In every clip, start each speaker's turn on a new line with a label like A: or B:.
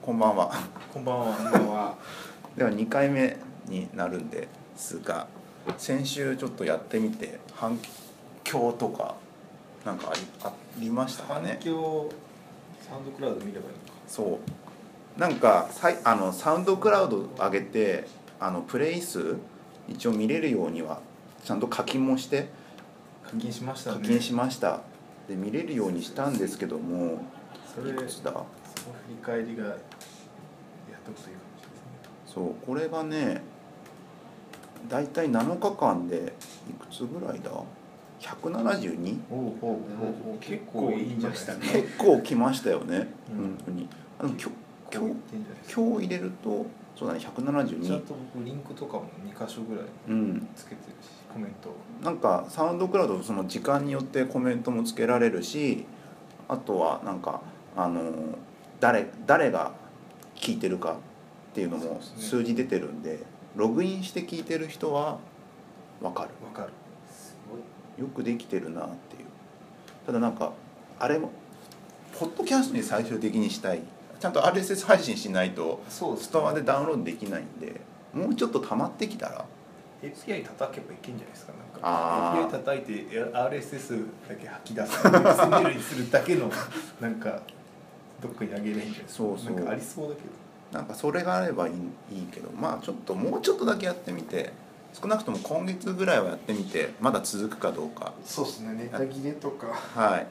A: こんばんは
B: こんばん
C: こん
B: は。
C: ばんは。
A: では2回目になるんですが先週ちょっとやってみて反響とかなんかありありましたかね
C: 環境サウンドクラウド見ればいいのか。
A: そうなんかさいあのサウンドクラウド上げてあのプレイ数一応見れるようにはちゃんと課金もして
B: 課金しました
A: 課
B: ね。
A: 金しましたで見れるようにしたんですけども
B: それ
A: いくつだ
B: その振り返りがやっとくという感じですね。
A: そうこれがねだいたい7日間でいくつぐらいだ 172?
B: おうおうおうおう結構いいんじゃないですか。
A: 結構来ましたよね、
B: うん
A: 本当にあの今日
B: 今日ってんじゃないですか。
A: 今日入れるとそうだね
B: ちゃん
A: 172
B: と僕リンクとかも二箇所ぐらい
A: うん
B: つけてるし、コメント。
A: なんかサウンドクラウドその時間によってコメントもつけられるしあとはなんかあの誰誰が聞いてるかっていうの
B: そう
A: も
B: ですね
A: 数字出てるんでログインして聞いてる人は分かる
B: わかる。
C: すごい。
A: よくできてるなっていうただなんかあれもポッドキャストに最終的にしたいちゃんと RSS 配信しないと
B: そう
A: ストアでダウンロードできないんでもうちょっと溜まってきたら
B: API 叩けばいけんじゃないですかなん
A: あー
B: か API 叩いて RSS だけ吐き出すスメルにするだけの なんかどっかにあげればいいんじゃないですか
A: そうそう
B: なんかありそうだけど
A: なんかそれがあればいいいいけどまあちょっともうちょっとだけやってみて少なくとも今月ぐらいはやってみてまだ続くかどうか
C: そうですね。ネタ切れとか
A: はい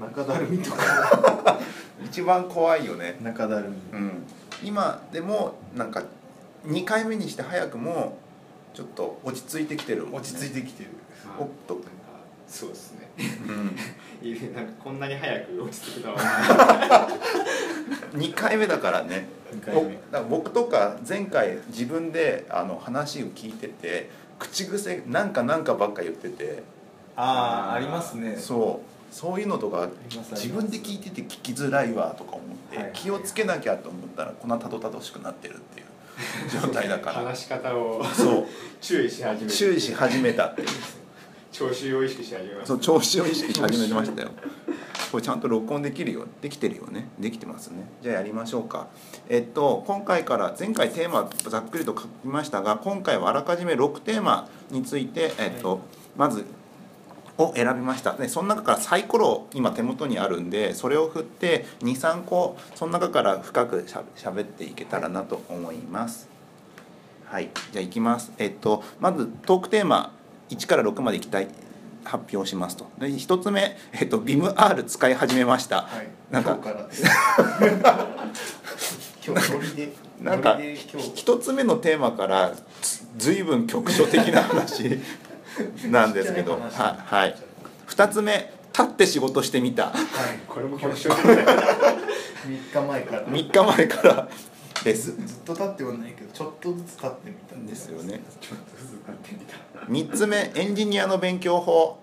C: なんか中だるみとか。
A: 一番怖いよね
B: 中だるみ、
A: うん今でもなんか2回目にして早くもちょっと落ち着いてきてるもんね
B: 落ち着いてきてる
A: おっと
C: なんかそうですね。
A: うん
C: いやなんかこんなに早く落ち着くとは思わない。
A: 2回目だからね
B: 2
A: 僕
B: 回目
A: だから僕とか前回自分であの話を聞いてて口癖なんかなんかばっか言ってて
B: ああありますね
A: そうそういうのとか
B: ります
A: 自分で聞いてて聞きづらいわとか思って、
B: はいはい
A: 気をつけなきゃと思ったらこんなたどたどしくなってるっていう 状態だから
C: 話し方を
A: そ
C: 注意し始め
A: う
C: る。
A: 注意し始めたっていう
C: 聴衆を意識し始めます。
A: そう調子を意識し始めま したよこれちゃんと録音できるよできてるよねできてますねじゃあやりましょうかえっと今回から前回テーマざっくりと書きましたが今回はあらかじめ6テーマについて、えっとまずを選びましたでその中からサイコロを今手元にあるんでそれを振って23個その中から深くしゃしゃべっていけたらなと思いますはい、じゃあ行きます。えっとまずトークテーマ1から6までいきたい発表しますと。で一つ目えっとビム R 使い始めました。
B: はい
A: なんか
B: 今日からです 今日ノリで
A: なんか
B: ノリで今日
A: 一つ目のテーマからずずいぶん局所的な話なんですけど、
B: ち
A: は
B: っちゃい話
A: はい。二つ目立って仕事してみた。
B: はい
C: これも局所的な。
B: 3日前からず
A: 3日前からです。
B: っと立ってはないけどちょっとずつ立ってみたん
A: ですよね。
C: ちょっとずつなってみた。
A: 3つ目エンジニアの勉強法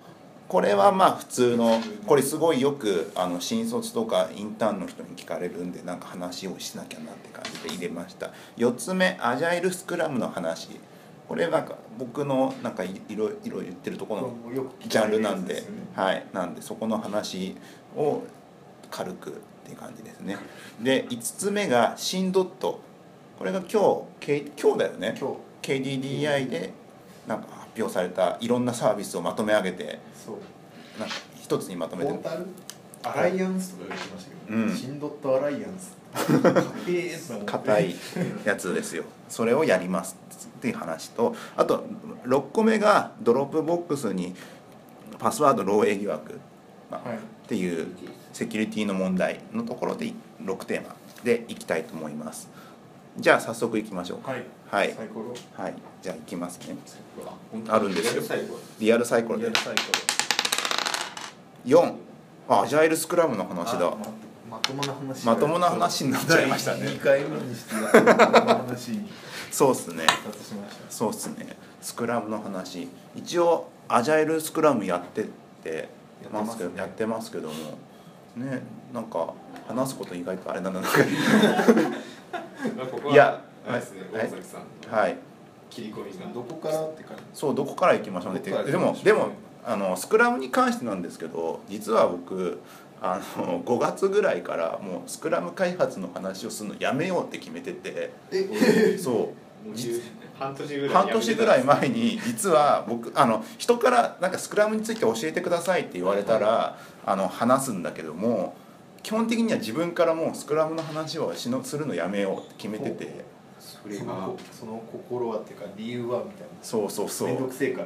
A: これはまあ普通のこれすごいよくあの新卒とかインターンの人に聞かれるんでなんか話をしなきゃなって感じで入れました4つ目アジャイルスクラムの話これなんか僕のなんかいろいろ言ってるところの
B: もうよく聞
A: ジャ
B: か
A: ン
B: れ
A: ルな
B: るや
A: ん
B: つ
A: で
B: よね
A: はいなんでそこの話を軽くっていう感じですねで5つ目がシンドットこれが今日け今日だよね
B: 今日
A: KDDI でなんか発表されたいろんなサービスをまとめ上げて
B: そう
A: なんか一つにまと
B: ポ
A: めて
B: ータルアライアンスとか言ってましたけど、
A: うん
B: シンドットアライアンス硬いやつだもん
A: 硬い やつですよそれをやりますっていう話とあと6個目がドロップボックスにパスワード漏洩疑惑、まあ
B: はい
A: っていうセキュリティの問題のところで6テーマでいきたいと思いますじゃあ早速いきましょうか
B: はい、
A: はい
B: サイコロ
A: はい、じゃあいきますね
C: あ
A: あるんですよ
C: 最後。
A: リアルサイコロ
B: リア
A: で
B: ルサイコ
A: 4あアジャイルスクラムの話だ
B: ロあままともな話
A: まともな話になっちゃいましたね
B: 2回目にしてまともな話に
A: そうっすね
B: 復活しました
A: そうっすねスクラムの話一応アジャイルスクラムやってって
B: やって
A: ま
B: ますす
A: け
B: ね
A: どやってますけどもねなんか話すこと意外とあれなんだな
C: ここ
A: いや
C: はあれですね。
A: はい
C: 大崎さんの
A: はい
C: 切り込みが。
B: どこからって感じ
A: そうどこから行きましょうねって
B: どこから
A: で
B: 行きま
A: も
B: しょう
A: でもあのスクラムに関してなんですけど実は僕あの5月ぐらいからもうスクラム開発の話をするのやめようって決めててそう
C: もう十半年ぐらい
A: 半年ぐらい前に実は僕あの人からなんかスクラムについて教えてくださいって言われたらあの話すんだけども基本的には自分からもうスクラムの話をしのするのやめようって決めてて
B: それがその心はっていうか理由はみたいな
A: そうそうそ
B: 面倒
A: う
B: くせえか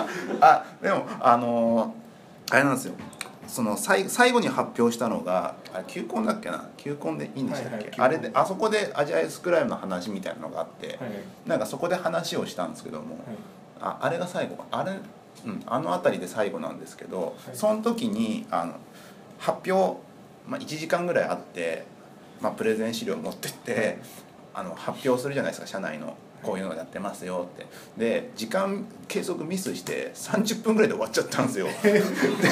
B: ら
A: あでもあのあれなんですよその最最後に発表したのがあれ球根だっけな球根でいいんでしたっけ、
B: はいはい球根
A: あれであそこでアジアイスクラムの話みたいなのがあって、
B: はいはい
A: なんかそこで話をしたんですけども、ああれが最後かあれ、うん、あの辺りで最後なんですけど、
B: はい
A: その時にあの発表、まあ、1時間ぐらいあって、まあ、プレゼン資料持ってって、
B: はい
A: あの発表するじゃないですか社内の。こういうのやってますよってで時間計測ミスして30分ぐらいで終わっちゃったんです よ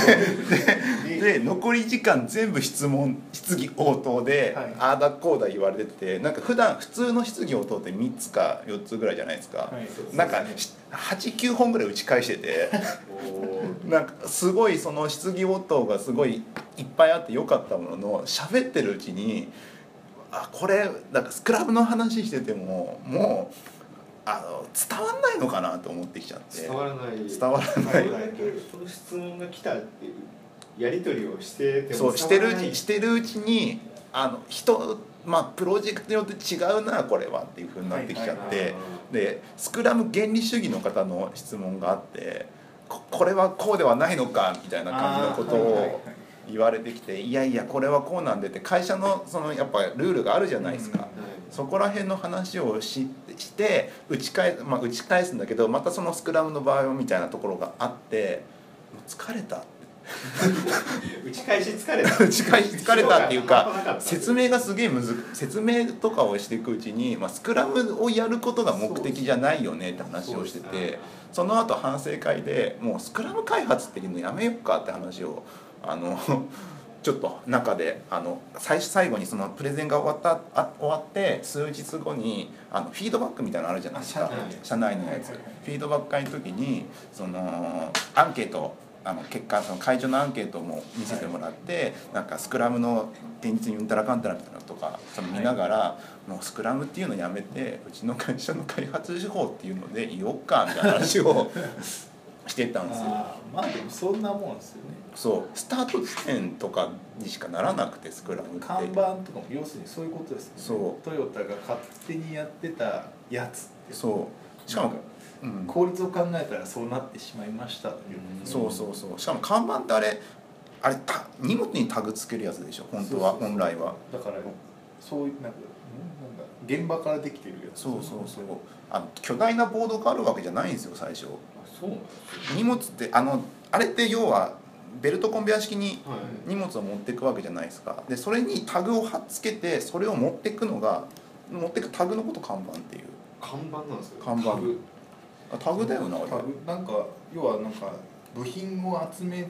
A: ででで残り時間全部質問質疑応答で、
B: はい
A: ああだこうだ言われててなんか普段普通の質疑応答って3つか4つぐらいじゃないですか、
B: はい
A: なんか
B: そうです
A: し89本ぐらい打ち返してて
C: おー
A: なんかすごいその質疑応答がすごいいっぱいあってよかったものの喋ってるうちにあこれなんかスクラブの話しててももうあの伝わんないのかなと思ってきちゃって
C: 伝わらない
A: 伝わら
C: そ
A: ない
C: れだけその質問が来たっていうやり取りをしてても
A: そうしてるう
C: 伝わらない
A: ちしてるうちにあの人まあプロジェクトによって違うなこれはっていうふうになってきちゃって、
C: はいはいはい
A: でスクラム原理主義の方の質問があってここれはこうではないのかみたいな感じのこと
B: あーはいはいは
A: を
B: い
A: 言われてきて、いやいやこれはこうなんでって会社のそのやっぱルールがあるじゃないですか。
B: うん
C: はい
A: そこら辺の話をしして打ち返,、まあ、打ち返すんだけどまたそのスクラムの場合はみたいなところがあってもう疲れたって
C: 打ち返し疲れた
A: 打ち返し疲れたっていう
C: そうだ
A: か
C: ね
A: 説明がすげえむず説明とかをしていくうちに、まあ、スクラムをやることが目的じゃないよねって話をして
C: そうです
A: て
C: ね
A: その後反省会でもうスクラム開発っていうのやめようかって話をあの ちょっと中であの最初最後にそのプレゼンが終わったあ終わって数日後にあのフィードバックみたいなのあるじゃないですか
B: あ社内で
A: 社内のやつ
B: はいはいはい
A: フィードバック会の時にそのアンケートあの結果その会場のアンケートも見せてもらって、なんかスクラムの現実にうんたらかんたらみたいなのとかその見ながら、もうスクラムっていうのやめてうちの会社の開発手法っていうので言おっかみたいな話 をしてたんですよ。
B: あーまあでもそんなもんですよね
A: そうスタート地点とかにしかならなくてスクラムって
B: 看板とかも要するにそういうことですよね
A: そう
B: トヨタが勝手にやってたやつって
A: そうしかも
B: なん、
A: うん、
B: 効率を考えたらそうなってしまいましたという
A: そうそうそうしかも看板ってあれあれた荷物にタグつけるやつでしょ本当は
B: そうそうそう
A: 本来は
B: だからそういうなんかうんなんだ現場からできてるやつ
A: そうそうそうあの巨大なボードがあるわけじゃないんですよ最初
C: あそうなんですね
A: 荷物ってあのあれって要はベルトコンベヤー式に
C: はい
A: 荷物を持っていくわけじゃないですかでそれにタグを貼っつけてそれを持っていくのが持っていくタグのこと看板っていう
C: 看板なんですよ
A: 看板
C: タグ
A: あタグだよなあれ
B: タグなんか要はなんか部品を集め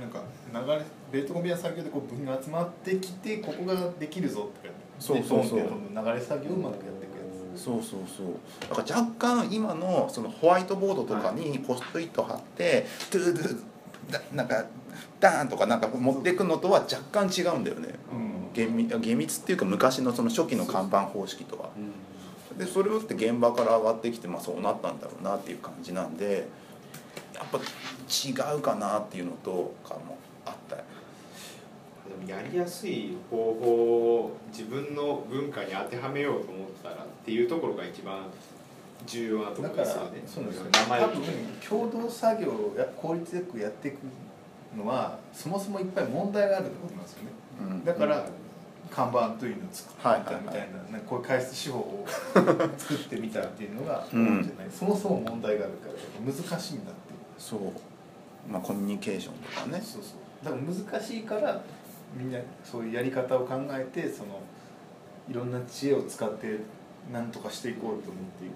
B: なんか流れベルトコンベヤー作業でこう部品が集まってきてここができるぞって
A: そうそうそう
B: でドンってどんどん流れ作業をうまくやっていくやつ
A: そうそうそうだから若干今のそのホワイトボードとかにポストイット貼って「トゥードゥーだなんかダーンとかなんか持っていくのとは若干違うんだよね
B: うん
A: 厳密厳密っていうか昔のその初期の看板方式とは
C: うん
A: でそれをって現場から上がってきてまあそうなったんだろうなっていう感じなんでやっぱ違うかなっていうのとかもあった
C: でもやりやすい方法を自分の文化に当てはめようと思ったらっていうところが一番重要なとこ
B: だ
C: ろ
B: から
C: ですよ
B: そう
C: ね
B: ですよね
C: 名前
B: 多
C: を
B: 分共同作業をや効率よくやっていくのはそもそもいっぱい問題があるってことなんですよね
A: うん
B: だから看板というのを作
A: はい
B: った
A: はいはい
B: みたいななんかこういう開発手法を作ってみたっていうのが
A: うん
B: 多いんじゃないそもそも問題があるからやっぱ難しいんだって
A: そうまあコミュニケーションとかね
B: そうそうだから難しいからみんなそういうやり方を考えてそのいろんな知恵を使ってなんとかしていこうと思っている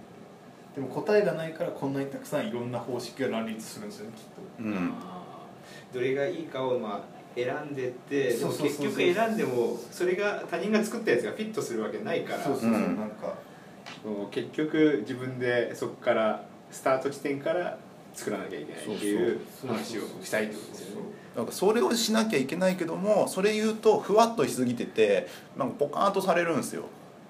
B: でも答えがないからこんなにたくさんいろんな方式が乱立するんですよねきっと
A: うん
C: あーどれがいいかをまあ選んでってで
B: そう
C: も
B: そうそう
C: 結
B: そう
C: 局選んでもそれが他人が作ったやつがフィットするわけないから
B: そうそうそう、
A: うん
B: なんか
C: もう結局自分でそこからスタート地点から作らなきゃいけないっていう
B: そうそう
C: 話をしたいってことですよね
A: なんかそれをしなきゃいけないけどもそれ言うとふわっとしすぎててなんかポカーンとされるんですよ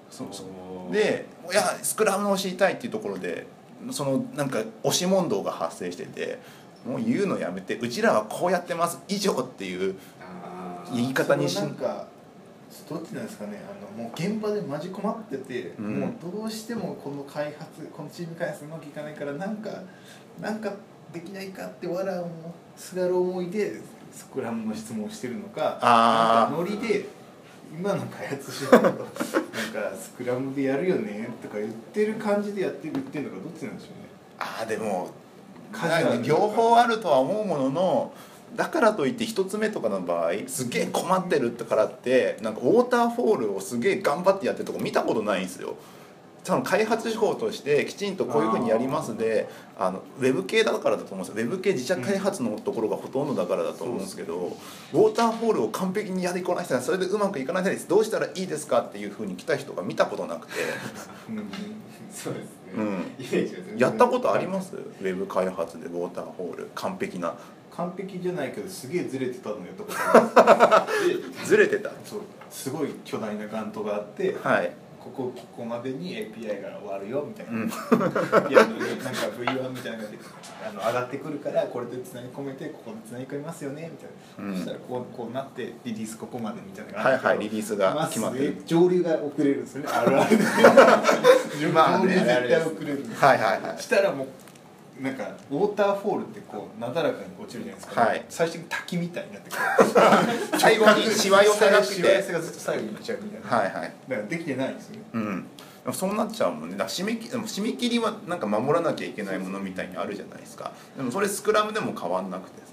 A: そうそう
C: そう
A: でいやスクラムを知りたいっていうところでそのなんか押し問答が発生しててもう言うのやめてうちらはこうやってます以上っていう
C: あー
A: 言い方にし
B: それはなんかどっちなんですかねあのもう現場でマジ困ってて、
A: うん
B: もうどうしてもこの開発このチーム開発うまくいかないからなんかなんかできないかってわらをすがる思いでスクラムの質問をしてるのか
A: あー
B: なんかノリで今の開発手段をなんか スクラムでやるよねとか言ってる感じでやってる言ってるのかどっちなんでしょうね
A: ああでも
B: カジュアル
A: なんか両方あるとは思うもののだからといって一つ目とかの場合すげえ困ってるってからってなんかウォーターフォールをすげえ頑張ってやってるとこ見たことないんですよ。その開発手法としてきちんとこういうふうにやりますであのウェブ系だからだと思うんですよウェブ系自社開発のところがほとんどだからだと思うんですけど、ウォーターフォールを完璧にやりこなしたらそれでうまくいかないですどうしたらいいですかっていうふうに来た人が見たことな くて、
C: そうですね、
A: うん
C: イメージが全然
A: やったことありますウェブ開発でウォーターフォール完璧な
B: 完璧じゃないけどすげえずれてたのやったことあるんで
A: ずれてた
B: すそうすごい巨大なガントがあって
A: はい
B: ここここまでに API が終わるよみたいな、
A: うん
B: いやなんか V1 みたいな感じであの上がってくるからこれでつなぎ込めてここでつなぎ込みますよねみたいな、
A: うん
B: そしたらこうこうなってリリースここまでみたいな
A: はい
B: のがあるけど
A: はいリリースが決まってる
B: すげえ上流が遅れるんですよねあるある
A: まあ
B: 上流
A: ね
B: 絶対遅れるんですよ
A: はいはいはい
B: したらもうなんかウォーターフォールってこうなだらかに落ちるじゃないですか、
A: はい
B: 最終的に滝みたいになってくる
A: 最後にしわ寄せなく
B: してわ寄せがずっと最後にいっちゃうみたいな、
A: はいはい
B: だからできてないんですよね
A: うんそうなっちゃうもんねだから締め切でも締め切りはなんか守らなきゃいけないものみたいにあるじゃないですかでもそれスクラムでも変わんなくてさ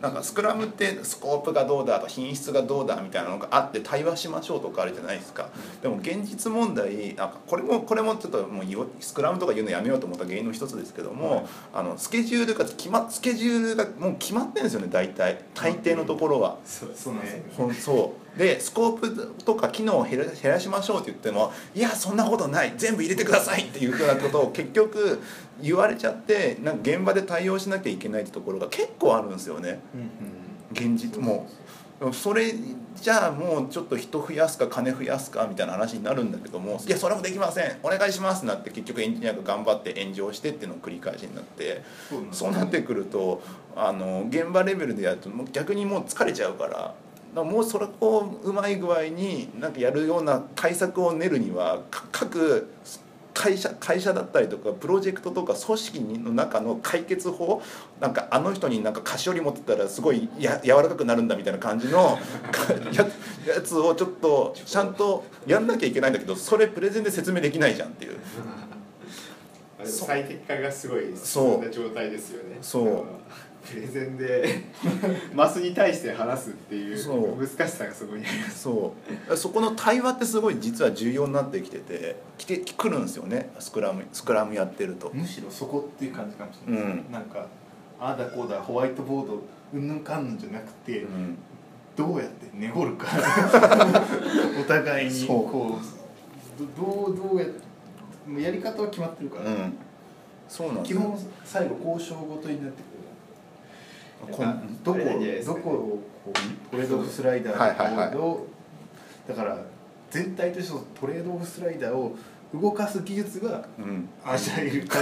A: なんかスクラムってスコープがどうだと品質がどうだみたいなのがあって対話しましょうとかあるじゃないですかでも現実問題なんかこれもこれもちょっともう言おスクラムとか言うのやめようと思った原因の一つですけども、あのスケジュールが決まスケジュールがもう決まってるんですよね大体大抵のところは。
C: そうです
B: そうなんですよ
C: ね
A: ほんそうでスコープとか機能を減ら減らしましょうって言ってもいやそんなことない全部入れてくださいっていうふうなことを結局言われちゃってなんか現場で対応しなきゃいけないってところが結構あるんですよね現実もそれじゃあもうちょっと人増やすか金増やすかみたいな話になるんだけどもいやそれもできませんお願いしますなって結局エンジニアが頑張って炎上してっていうのを繰り返しになって。
B: そうなんです
A: そうなってくるとあの現場レベルでやるともう逆にもう疲れちゃうからだからもうそれをうまい具合になんかやるような対策を練るにはか各会社会社だったりとかプロジェクトとか組織の中の解決法なんかあの人になんか菓子折り持ってたらすごいや柔らかくなるんだみたいな感じの かややつをちょっとちゃんとやんなきゃいけないんだけどそれプレゼンで説明できないじゃんっていう。
C: あでも最適化がすごい
A: そ
C: 進
A: うん
C: だ状態ですよね
A: そう
C: だからプレゼンで マスに対して話すってい
A: そう
C: う難しさがそこにあります
A: そうそこの対話ってすごい実は重要になってきてて来て来るんですよねスクラムスクラムやってると
B: むしろそこっていう感じかもしれないですね、
A: う
B: なんかああだこうだホワイトボードうんぬんかんぬんじゃなくて、
A: うん
B: どうやって根掘る かお互いに
A: そう
B: こうどどうどうやもうやり方は決まってるか
A: う
B: ら、
A: んそうなんです
B: 基本最後交渉ごとになってくる
A: こん
B: なんかどこ
C: あれなんじゃないです
B: ど
C: か
B: こをこうトレードオフスライダー
A: はいはいはい
B: とどうだから全体としてのトレードオフスライダーを動かす技術が
A: うん
B: アジャイル開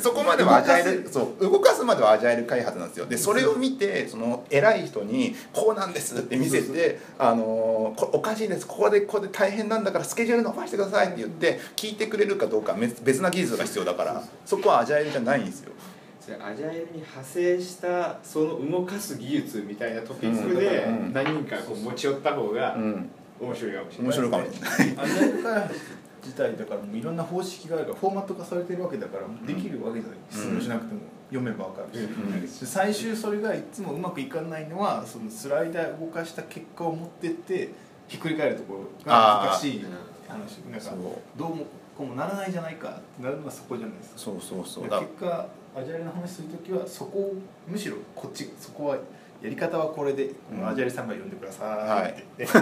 A: そこまではアジャイルそう動かすまではアジャイル開発なんですよでそれを見てその偉い人に「こうなんです」って見せ
B: そう
A: て「あのーこおかしいですここでここで大変なんだからスケジュール伸ばしてください」って言って聞いてくれるかどうか別別な技術が必要だからそこはアジャイルじゃないんですよ
C: それアジャイルに派生したその動かす技術みたいなトピックで
A: うん
C: 何人かこう持ち寄った方が
A: うん
C: 面白いかもしれない
A: 面白いかもしれない
B: アジャイル開発自体だからもういろんな方式があるからフォーマット化されてるわけだからできるわけじゃない、質問しなくても読めばわかるし、
A: うん
B: 最終それがいつもうまくいかないのはそのスライダー動かした結果を持ってってひっくり返るところが難しい話なん
A: そ
B: か
A: う
B: どうもこうもならないじゃないかってなるのはそこじゃないですか
A: そうそうそう
B: で
A: だ
B: 結果アジャイルの話する時はそこをむしろこっちそこはやり方はこれで、このアジャイルさんが呼んでくださいって言って、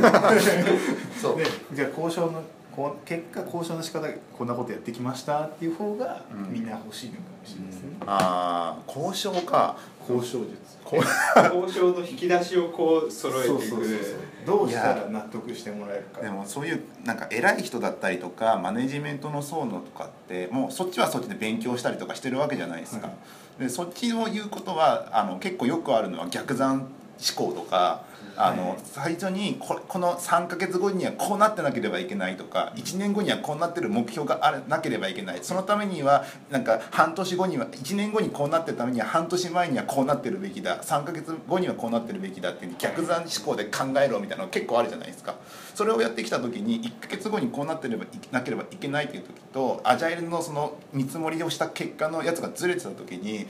A: そう
B: でじゃあ交渉のこう結果交渉の仕方でこんなことやってきましたっていう方が
A: うん
B: みんな欲しいのかもしれないですね、
A: ああ交渉か
B: 交渉術
A: こう
C: 交渉の引き出しをこう揃えてい
B: そうそうそう
C: く
B: そうどうしたら納得してもらえるか
A: でもそういうなんか偉い人だったりとかマネジメントの層のとかってもうそっちはそっちで勉強したりとかしてるわけじゃないですか、
B: は
A: でそっちを言うことはあの結構よくあるのは逆算思考とかあの、
B: はい
A: 最初にここの3ヶ月後にはこうなってなければいけないとか1年後にはこうなってる目標があるなければいけないそのためにはなんか半年後には1年後にこうなってるためには半年前にはこうなってるべきだ3ヶ月後にはこうなってるべきだっていう逆算思考で考えろみたいなの結構あるじゃないですかそれをやってきた時に1ヶ月後にこうなってればいなければいけないっていう時とアジャイルのその見積もりをした結果のやつがずれてた時に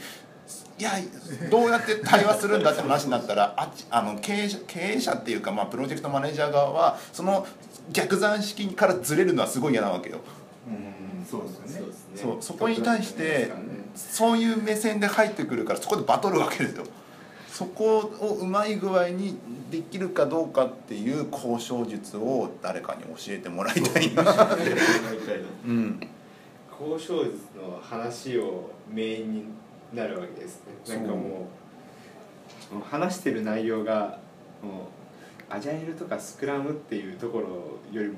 A: いやどうやって対話するんだって話になったらあっちあの経営者経営者っていうか、まあ、プロジェクトマネージャー側はその逆算式からずれるのはすごい嫌なわけよ
B: うんそうですよね
A: そうそこに対して
C: そうですね
A: そういう目線で入ってくるからそこでバトるわけですよそこをうまい具合にできるかどうかっていう交渉術を誰かに教えてもらいたいな、うん、
C: 交渉術の話をメインになるわけですねなんかもうもう話してる内容がもうアジャイルとかスクラムっていうところよりも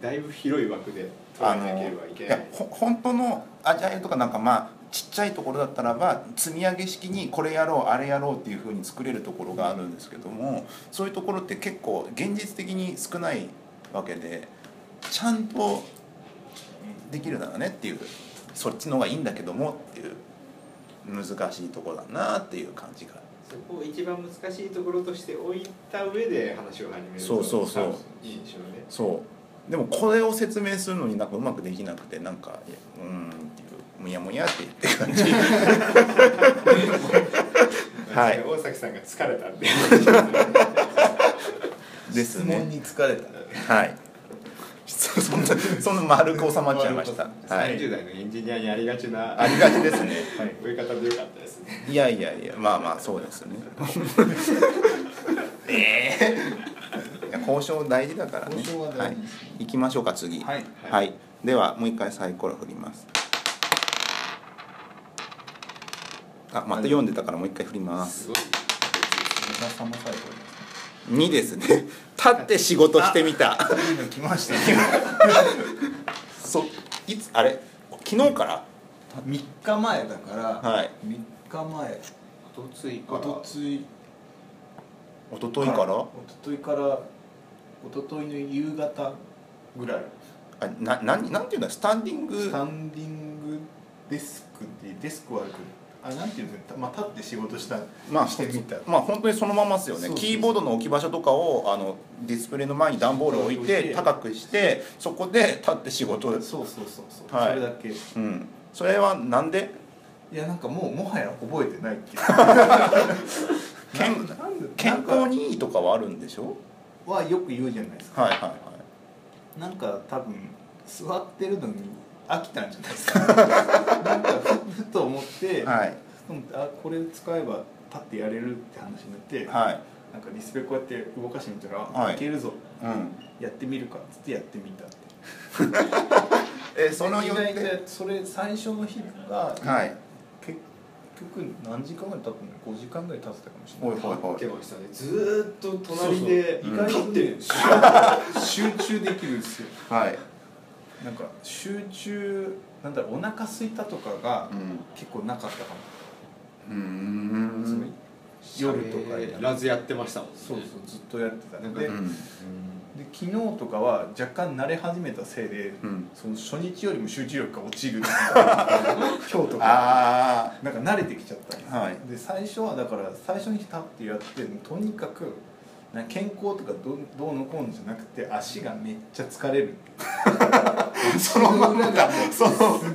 C: だいぶ広い枠で捉
A: あ
C: え
A: の
C: なければいけない
A: やほ本当のアジャイルとかなんかまあちっちゃいところだったらば積み上げ式にこれやろうあれやろうっていうふうに作れるところがあるんですけどもそういうところって結構現実的に少ないわけでちゃんとできるならねっていうそっちの方がいいんだけどもっていう難しいところだなっていう感じが
C: そこを一番難しいところとして置いた上で話を始める
A: そうそうそう
C: いいでしょうね
A: そうでもこれを説明するのになんかうまくできなくてなんかいやうーんっていうもやもやって言って感じはい
C: 大崎さんが疲れたんで
A: ですね
B: 質問に疲れた
A: はい。そ そんな、そんな丸く収まっちゃいました。は
C: 30
A: い。
C: 代のエンジニアにありがちな
A: ありがちですね。
C: はい、追い方でよかったですね
A: いやいやいや、まあまあ、そうですね。ええいや交渉大事だからね。
B: 交渉は
A: は
B: 大
A: い
B: 事ですね。
A: 行きましょうか、次。
B: はい
A: はい。では、もう一回サイコロ振ります。あ、また読んでたから、もう一回振ります。
C: すごい
B: 皆さんも最後で
A: 二ですね。立って仕事してみた。
B: すいいの来ましたね
A: そ、いつ、あれ、昨日から。
B: 3日前だから、
A: はい
B: 3日前
C: おとつい
B: おとつい
A: 一昨日から
B: お。とといからおとといの夕方ぐらい
A: あな何なんていうんだスタンディング
B: スタンディングデスクってデスクはあるあなんていうんですかね、まあ、立って仕事した
A: まあ
B: してみた
A: まあ本当にそのままですよね
B: そうそうそう
A: キーボードの置き場所とかをあのディスプレイの前に段ボールを置い
B: 置い
A: て
B: て
A: 高くしてそこで立って仕事です、
B: そうそうそうそう、
A: はい
B: それだけい
A: うん、それはなんで
B: やなんかもうもはや覚えてないっていう
A: 健
B: なんなんで
A: 健
B: な
A: 康
B: んか
A: にいいとかはあるんでしょ
B: はよく言うじゃないですか
A: はいはいはい
B: なんか多分座ってるのに飽きたんじゃないで すかなんかふふと思って、
A: はい
B: ふと思ってあこれ使えば立ってやれるって話になって、
A: はい
B: なんかディスプレイこうやって動かしてみたら、
A: はい
B: い、けるぞ
A: うん
B: やってみるかっつってやってみたって
A: えその
B: 意
A: 予
B: 外
A: 定
B: とそれ最初の日が
A: はい
B: 結局何時間ぐらい経ったの5時間ぐらい経ってたかもしれ
A: おい
B: な
A: おいお
B: い
C: 立
A: い
C: ってましたねずーっと隣で
B: そうそう意外とね
C: 立
B: 集中できるんですよ
A: はい、
B: なんか集中なんだろうお腹空いたとかが
A: うん
B: 結構なかったかも、
A: うーん
B: つまり夜とか
C: 喋らずやってましたもんね
B: そうそうずっとやってた
C: なんか
B: で,、
A: う
B: で
A: ん
B: 昨日とかは若干慣れ始めたせいで、
A: うん
B: その初日よりも集中力が落ち るっていう今日とか
A: あ
B: なんか慣れてきちゃったんです、
A: はい
B: で最初はだから最初に立ってやってとにかくなんか健康とかどうどうのこうのじゃなくて足がめっちゃ疲れる そのまんま がすっ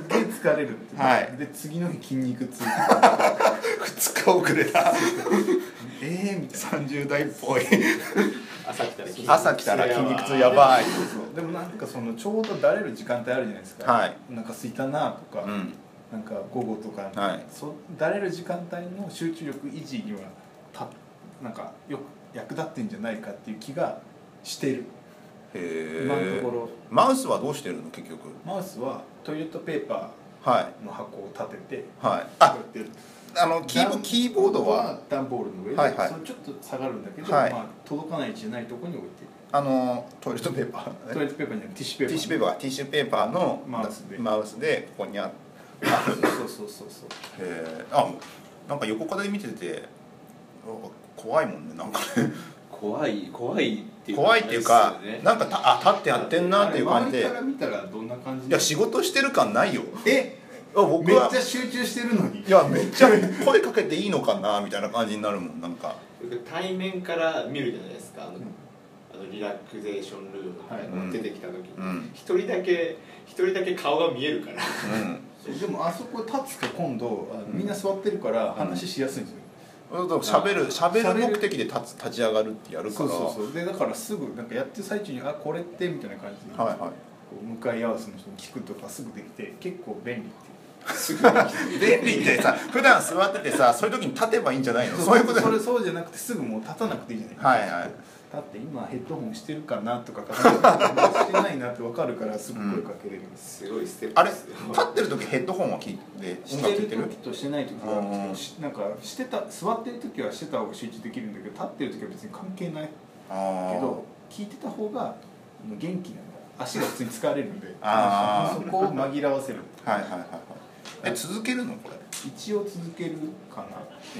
B: げえ疲れるってう
A: はい
B: で次の日筋肉 痛
A: あ2日遅れた
B: えーみたいな
A: 30代っぽい
C: 朝来たら筋肉 痛
A: 朝来たら筋肉痛やばい
B: でもなんかそのちょうどだれる時間帯あるじゃないですか、
A: はい
B: お腹空いたなとか、
A: うん
B: なんか午後とか、
A: はい
B: そだれる時間帯の集中力維持にはたなんかよく役立ってんじゃないかっていう気がしてる
A: へ
B: 今のとこ
A: え
B: ろ
A: マウスはどうしてるの結局
B: マウスはトイレットペーパ
A: は
B: ーの箱を立てて
A: いはい
B: こうや
A: あ
B: って
A: あのキーボ
B: 段
A: キーボードは
B: 段ボールの上で、
A: はいはい
B: それちょっと下がるんだけど、
A: はい
B: まあ、届かない位置じゃないところに置いてる
A: あのトイレットペーパー
B: トイレットペーパーじゃなくてティッシュペ
A: ティ
B: ーパー
A: ッシュペーパーティッシュペーパーの
B: マウスで
A: マウスでここにあって
B: そうそうそうそう
A: へーあなんか横から見ててなんか怖いもんねなんか ね
C: 怖い怖いっていう
A: 怖いっていうか
C: あれですよね
A: なんかたあ立ってやってんなっていう感じで
B: あれ周りから見たらどんな感じ
A: いや仕事してる感ないよ
B: え
A: あ
B: め
A: 僕
B: っ
A: は
B: ちゃ集中してるのに
A: いやめっちゃ声かけていいのかなみたいな感じになるもんなんか
C: 対面から見るじゃないですかあの,、あのリラクゼーションルームみたいな
A: はい
C: の出てきた時に
A: うん
C: 一、人だけ一人だけ顔が見えるから
B: でもあそこ立つか今度あみんな座ってるから話しやすいんですよ、
A: うんだから喋る喋
B: 喋
A: る
B: る
A: 目的で立つ立ち上がるってやるか
B: そ
A: ら
B: うそうそうでだからすぐなんかやってる最中に「あこれって」みたいな感じで、
A: はいは
B: こう向かい合わせの人に聞くとかすぐできて結構便利っていう
C: すぐに来て
A: い便利ってさ普段座っててさそういう時に立てばいいんじゃないの そういうこと
B: それそうじゃなくてすぐもう立たなくていいじゃない
A: はいはい
B: だって今ヘッドホンしてるかなとかしてないなって分かるからすぐ声かけれるんです、
C: すごいステッ
A: あ
C: プ
A: れ
C: で
A: 立
C: すよ
A: ってる時ヘッドホンは聞いて音
B: し
A: 楽
B: て
A: 聞いて
B: る
A: る
B: 時としてない時があるんですけ
A: うん
B: どしなんかしてた座ってる時はしてた方が集中できるんだけど立ってる時は別に関係ない
A: あ
B: け
A: ー
B: ど聞いてた方が元気なんだ足が普通に疲れるんで
A: あー
B: そこを紛らわせる
A: はいはいはいはいえ続けるのこれ
B: 一応続けるか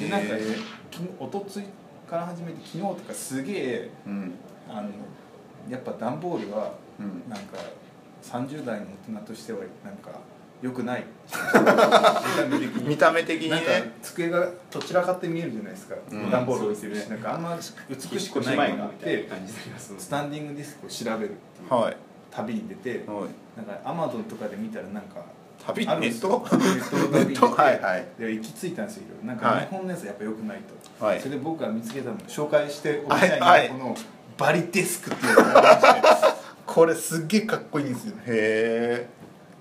B: なでなんか、
A: へー
B: きおとついから始めて昨日とかすげえ
A: うん
B: あのやっぱ段ボールは
A: うん
B: なんか30代の大人としてはなんか良くない見た目的に
A: 見た目的に
B: なんか
A: ね
B: 机がどちらかって見えるじゃないですか、
A: うん
B: 段ボール置いてるし、
C: そうですね
B: なんかあんま美しく
C: 引っ越し
B: ない
C: 前
B: の
C: が
B: っ
C: みたい
B: て
C: な感じになりますもんね
B: スタンディングディスクを調べるっていう
A: はい
B: 旅に出て
A: はい
B: なんかアマゾンとかで見たらなんか
A: 旅
B: あるん
A: ネ
B: で
A: ッ
B: すよ
A: ト
B: ネットの旅に
A: ネッ
B: 出
A: ト
B: て
A: はいはい
B: で行き着いたんですよいろいろなん
A: は
B: か
A: い
B: 日本のやつはやっぱ良くないと、
A: はい
B: それで僕が見つけたの紹介しておきたいの
A: は
B: が
A: いはい
B: このバリデスクっていうのがありましてこれすっげえかっこいいんですよね
A: へえ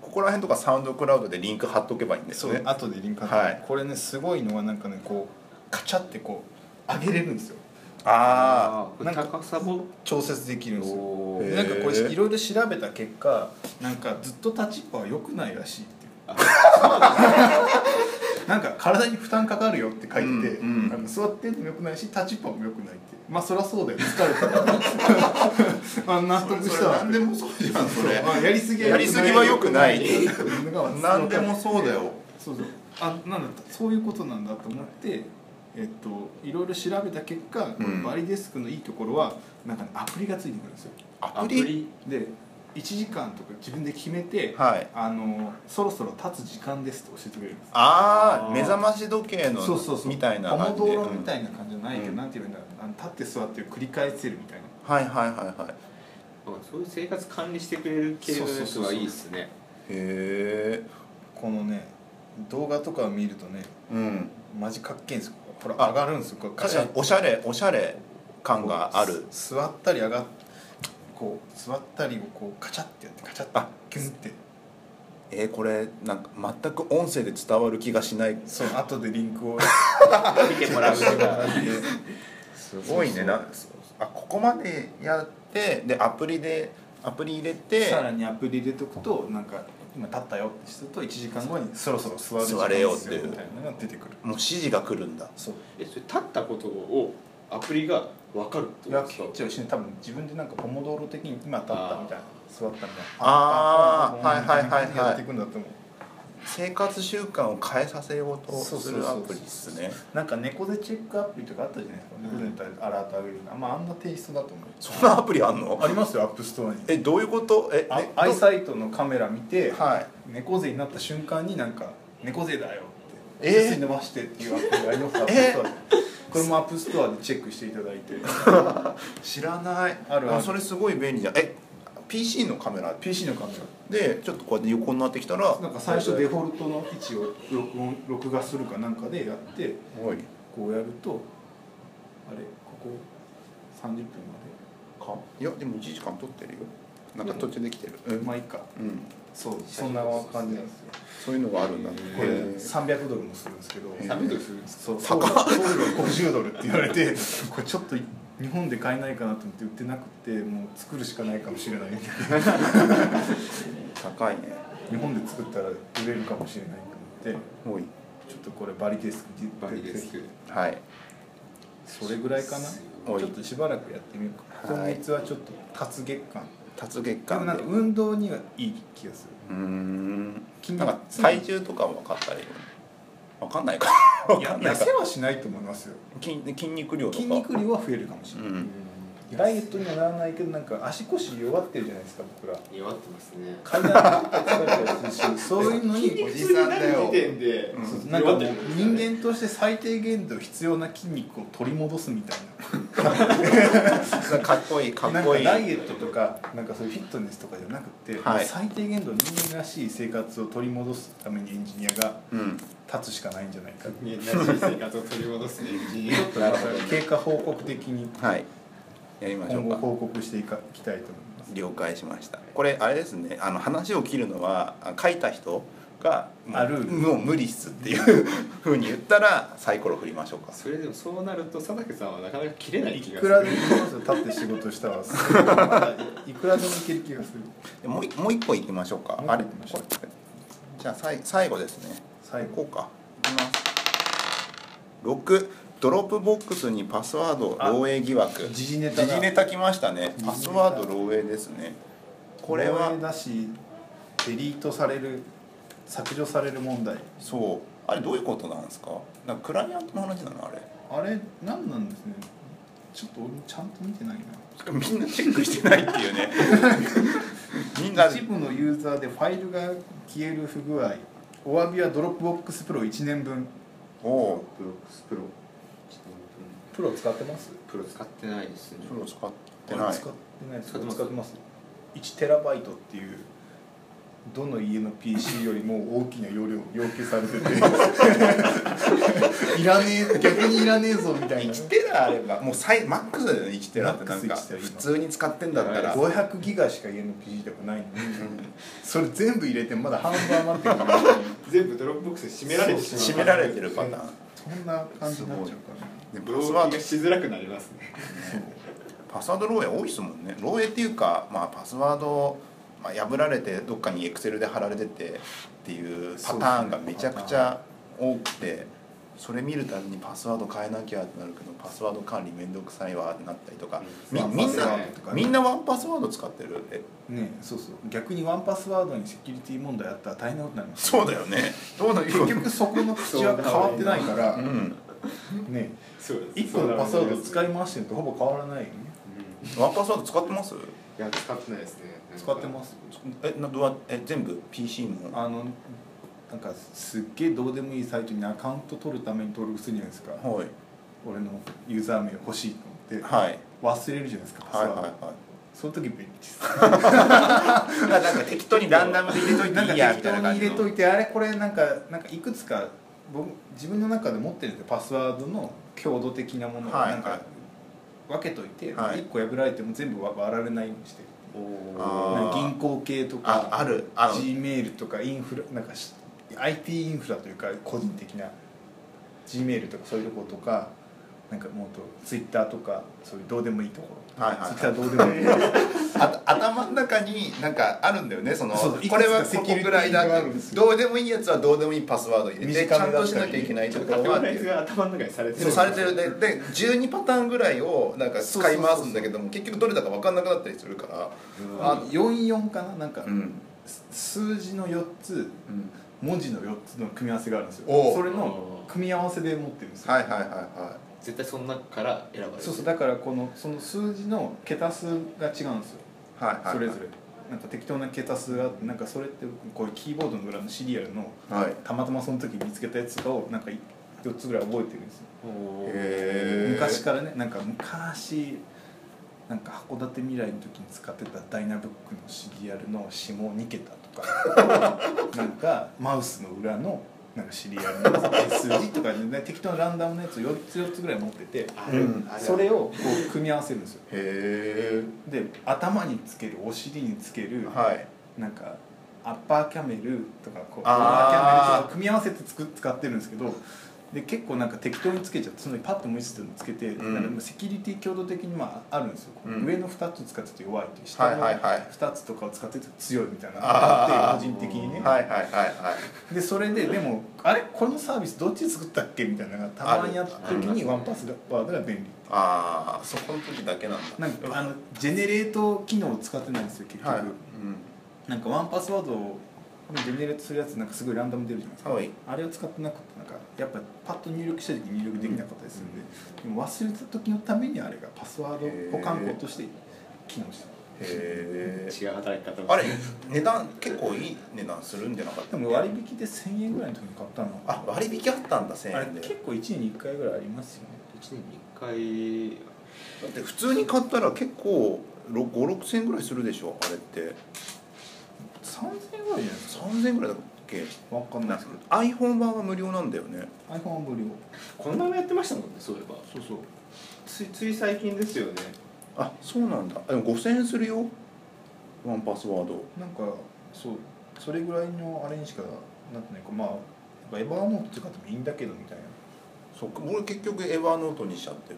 A: ここら辺とかサウンドクラウドでリンク貼っとけばいいん です
B: そう、
A: ね
B: 後でリンク貼って、
A: はい
B: これねすごいのはなんかねこうカチャってこう上げれるんですよ
A: あ
C: ーこれ高さも
B: 調節できるんですよ
C: お
A: ー
B: でなんかこれいろいろ調べた結果なんかずっと立ちっぱは良くないらしいって いうなんか体に負担かかるよって書いてて、
A: うんうん
B: あの座ってんのも良くないし立ちっぱも良くないっていうまあそりゃそうだよ疲れたからま あ納得したわ
A: それそれ何でもそうじゃんそれ
B: まあやりすぎは
A: やりすぎは良くない
B: 良くないっていうのが
A: あ何でもそうだよ
B: そうそうあなんだそういうことなんだと思って、えっと、いろいろ調べた結果、
A: うん
B: バリデスクのいいところはなんか、ね、アプリがついてくるんですよ
A: ア
C: ア
A: プ
C: プ
A: リ
C: リ
B: で1時間とか自分で決めて、
A: はい
B: あのそろそろ経つ時間ですって教えてくれるんです
A: あ
C: あ
A: あ
C: ー
A: 目覚まし時計の
B: そうそうそう
A: みたいな
B: ポ
A: 感
B: モ
A: じ
B: ド
A: で
B: ーロみたいな感じじゃないけど、
A: うん
B: なんていうんだろうあの立って座って繰り返せるみたいな
A: うんはいはいはいはい
C: そういう生活管理してくれる系のやつはいいですね
A: へえ
B: このね動画とかを見るとね
A: うん
B: マジかっけえんですよほら
A: あ
B: 上がるんですよこれ
A: 確かにおしゃれおしゃれ感がある
B: す座ったり上がっこう座ったりをこうカチャってやってカチャって
A: あ
B: キュンって
A: えー、これなんか全く音声で伝わる気がしない
B: そう後でリン クを
C: 見ても らうとか
A: すごいねなあここまでやってでアプリでアプリ入れて
B: さらにアプリ入れとくとなんか今立ったよってすると1時間後にそろそろ座る時間
A: 座れよって
B: で
A: い
B: す
A: う
B: みたいなのが出てくる
A: もう指示が来るんだ
B: そう
C: えそれ立ったことをアプリが分かるって
B: い
C: こ
B: や
C: とですか
B: 結構一緒に多分自分でなんかポモドーロ的に今立ったみたいな座ったみたいな
A: あー
B: パンパンパンパンパン
A: はいはいはいはい
B: やっていくんだと思う
A: 生活習慣を変えさせようと
B: そう
A: す
B: そうそう
A: るア
B: そう
A: プリですね
B: なんか猫背チェックアプリとかあったじゃないですか猫背に対してアラートあげるのあんまああんなテイストだと思う
A: そんなアプリあんの
B: ありますよアップストアに
A: えどういうことえ
B: あ
A: ね
B: アイサイトのカメラ見て、
A: はい
B: 猫背になった瞬間になんか「猫背だよ」って「
A: えー
B: 背筋伸ばして」っていうアプリがありますアップ
A: え
B: ストアでこれもアップストアでチェックしていただいて
A: 知らない
B: あるある
A: それすごい便利じゃんえ PC のカメラ
B: PC のカメ
A: でちょっとこうやって横になってきたら
B: ラなんか最初デフォルトの位置を録音録画するかなんかでやって
A: おい
B: こうやるとあれここ30分まで
A: いやでも1時間撮ってるよなんか途中できてるうん、
B: かまあいいか
A: うん、
B: そうそんな感じなんですよ
A: そういうのがあるんだ
B: これ
A: へー
B: 300ドルもするんですけど
A: へー
C: ダメでするんです
B: そう送料50ドルって言われてこれちょっと日本で買えないかなと思って売ってなくてもう作るしかないかもしれない
A: 高いね
B: 日本で作ったら売れるかもしれないと思
A: 多
B: って
A: い
B: ちょっとこれバリデスクって言って
C: バリデスク
A: はい
B: それぐらいかな
C: す
A: ごい
B: ちょっとしばらくやってみようか
A: は
B: 今
A: い
B: 月はちょっと活月間
A: 達月
B: でも
A: 間
B: なん
A: で
B: か
A: う
B: 運動にはいい気がする
A: ーん
B: 筋
A: なん
B: 肉
A: か体重とかも分かったり分かんないか
B: い
A: 分か
B: や
A: んない
B: 痩
A: か
B: せはしないと思いますよ
A: 筋筋肉量とか
B: 筋肉量は増えるかもし
A: う
B: れない、
A: ん
B: ダイエットにはならないけどなんか足腰弱ってるじゃないですか僕ら
C: 弱ってますね
B: 階段とか疲れたりするしそういうのに
A: おじさんだよ
C: 筋肉痛になる時点で
A: うん
C: そう
B: なんかもう
C: 弱ってるん
B: 人
C: ですよね
B: 間として最低限度必要な筋肉を取り戻すみたい
A: かっこいいか
B: な
A: っこいい
B: なんかダイエットとかなんかそういうフィットネスとかじゃなくて、
A: はい
B: 最低限度人間らしい生活を取り戻すためにエンジニアが
A: うん
B: 立つしかないんじゃないかって
C: 人間らしい生活を取り戻すね人間
A: なるほど
B: 経過報告的に
A: はいやりましょう
B: 今後
A: か
B: 報告していかいきたいと思います
A: 了解しましたこれあれですねあの話を切るのはあ書いた人がもう
B: ある
A: もう無理っすっていう ふうに言ったらサイコロ振りましょうか
C: それでもそうなると佐竹さんはなかなか切れない気
B: い
C: がす
B: くらで
C: る
B: も立って仕事したらす ごいまだいくらでもいける気がする
A: でもういもう一個いきましょうか
B: もう一個
A: あれ
B: 行きましょう
A: これじゃあさい最後ですね
B: 最後
A: こうかいきます6ドロップボックスにパスワード漏洩疑惑
B: 時事ネタ
A: 時
B: だ
A: 事ネタ来ましたね
B: 時事ネタ
A: パスワード漏洩ですねこれは
B: 漏洩だしデリートされる削除される問題
A: そうあれどういうことなんですかなんかクライアントの話なのあれ
B: あれ何なんですねちょっと俺ちゃんと見てないな
A: しかもみんなチェックしてないっていう ねみんな
B: 一部のユーザーでファイルが消える不具合お詫びはドロップボックスプロ1年分
A: おお
C: プロックスプロちょっと
B: プロ使ってます
C: うんプロ使ってないですね
A: プロ使ってない
B: 使ってない
C: 使ってます
B: ます1テラバイトっていうどの家の PC よりも大きな容量を要求されてていらねえ逆にいらねえぞみたいな
A: 1テラあればもう最マックスだよね1テラってなんか
B: マックス1テラ今
A: 普通に使ってんだったら
B: 500ギガしか家の PC でもないのにそれ全部入れてまだ半分余ってる から
C: 全部ドロップボックスに閉められてしまう
A: 締められてるパターン
B: そんな感じになっちゃうから
A: で
C: ブ
A: パ
C: ロ
A: ス
C: ー
A: ワ
C: が
A: ード
C: しづらくなりますね
A: パスワード漏洩多いですもんね漏洩っていうか、まあ、パスワードを、まあ、破られてどっかにエクセルで貼られててっていうパターンがめちゃくちゃ多くてそれ見るたびにパスワード変えなきゃってなるけどパスワード管理めんどくさいわってなったりとかみ
B: うん
A: みんな
B: ワンパスワードとかね
A: みんなワンパスワード使ってるえ
B: ねえそうそう逆にワンパスワードにセキュリティ問題あったら大変なことになります
A: そうだよねどうなる
B: 結局そこの口は変わってないから
A: う
B: ね
A: ん
B: え
C: そうです
B: 1個のパスワードを使
C: い、
B: い回してるとほぼ変わらないよね
C: うんい
A: ワンパスワード使ってます
C: や使ってないですね
B: 使ってます
A: えなどうやえ全部 PC も
B: あのなんかすっげえどうでもいいサイトにアカウント取るために登録するじゃないですか
A: はい
B: 俺のユーザー名欲しいと思って
A: はい
B: 忘れるじゃないですかパス
A: はい
B: ワード、
A: はいはい
B: その時便利です
A: なんか適当にランダムで入れとい
B: なん
A: て
B: か
A: いい
B: 適
A: やみた
B: 当
A: いな
B: に
A: 感
B: 入
A: じの
B: れといてあれこれなんかなんかいくつか僕自分の中で持ってるんですよパスワードの強度的なものを
A: はい
B: な
A: はい
B: んか分けといて、一
A: はい
B: 1個破られても全部わ割られないようにしてる
C: お
A: あー
C: お
B: なんか銀行系とか
A: ああるあの
B: G メールとかインフラなんかし IT インフラというか個人的な G メールとかそういうところとかなんかもっと Twitter とかそういうどうでもいいところ、
A: はいはいはい
B: Twitter どうでもいいとこ ろ
A: あ頭の中になんかあるんだよねその
B: そうそう
A: これはこ
B: セ
A: こ
B: キュリティ
A: ぐらいだ
B: があるんですよ
A: どうでもいいやつはどうでもいいパスワード入れてち
B: 短
A: ゃ
B: め
A: ん
B: だ
A: と
B: っ
A: した
B: り
A: なきゃいけないとこ
C: カ
A: ろ
C: テ
A: は
C: ゴ
A: っ
C: ラ
A: て
C: イズ
A: いう
C: が頭の中にされてる
A: そうされてるでで12パターンぐらいをなんか使い回すんだけども結局どれだか分かんなくなったりするから
C: う
B: あ
C: ん
B: 44かななんか、
A: うん、
B: す数字の4つ
A: うん、
B: 文字の4つの組み合わせがあるんです
A: お
B: よ
A: う
B: それの組み合わせで持ってるんですよ、
A: はいはいはいは
C: 絶対その中から選ばれる
B: そうそうだからこのその数字の桁数が違うんです
A: い
B: よ
A: はいはいはい
B: それぞれなんか適当な桁数があってなんかそれってこういうキーボードの裏のシリアルの
A: はいへ
B: たまたまその時見つけたやつとかをなんか4つぐらい覚えてるんですよ
A: え
B: 昔からねなんか昔なんか函館未来の時に使ってたダイナブックのシリアルの指紋2桁とかなんかマウスの裏のなんかシリアルの数字とか、ね、適当なランダムのやつを4つ4つぐらい持ってて
C: ある
A: うん
C: ある
B: それをこう組み合わせるんですよ
A: へ
B: で頭につけるお尻につけ
A: え
B: る
A: はい
B: なんかアッパーキャメルとかこうロー
A: あー
B: ラーキャメルとか組み合わせてつく使ってるんですけどで結構なんか適当につけちゃってそのパッと無視してつけて、
A: うん
B: なんかもうセキュリティ強度的にまああるんですよ、
A: うん
B: 上の2つ使ってて弱いっていう
A: は
B: 下
A: い
B: の
A: はいはい
B: 2つとかを使ってて強いみたいなのがあ
A: あ
B: っ
A: ー
B: て個人的にね、
A: はいはいはいはい
B: でそれででもあれこのサービスどっち作ったっけみたいなのがたまにやった時
C: あり
B: にワンパスワードが便利
A: ああそこの時だけなんだ
B: なんかあのジェネレート機能を使ってないんですよ結局、
A: はい、
B: なんかワンパスワードをジェネレートするやつなんかすごいランダム出るじゃないですか、
A: はい
B: あれを使ってなくてなんかやっぱパッと入力した時入力できなかったりするんで,、でも忘れた時のためにあれがパスワード保管庫として機能して
A: へえ
C: 違う働き方を
A: あれ値段結構いい値段するんじゃなかった
B: るでも割引で1000円ぐらいの時に買ったの
A: あ割引あったんだ1000
B: あれ
A: 円で
B: 結構1年に1回ぐらいありますよね
C: 一年に一
A: だ
C: 回
A: って普通に買ったら結構56000円ぐらいするでしょあれって
B: 3000円ぐらいじゃないです
A: 3000円ぐらいだっけ
B: かわかんない
A: なん
B: ですけど
A: iPhone 版は無料なんだよね
B: iPhone は無料
C: この前もやってましたもんねそういえば
B: そうそう
C: ついつい最近ですよね
A: あそうなんだでも5000円するよワンパスワード
B: なんかそうそれぐらいのあれにしかなってないかまあやっぱエバーノート使ってもいいんだけどみたいな
A: そっか俺結局エヴァーノートにしちゃってる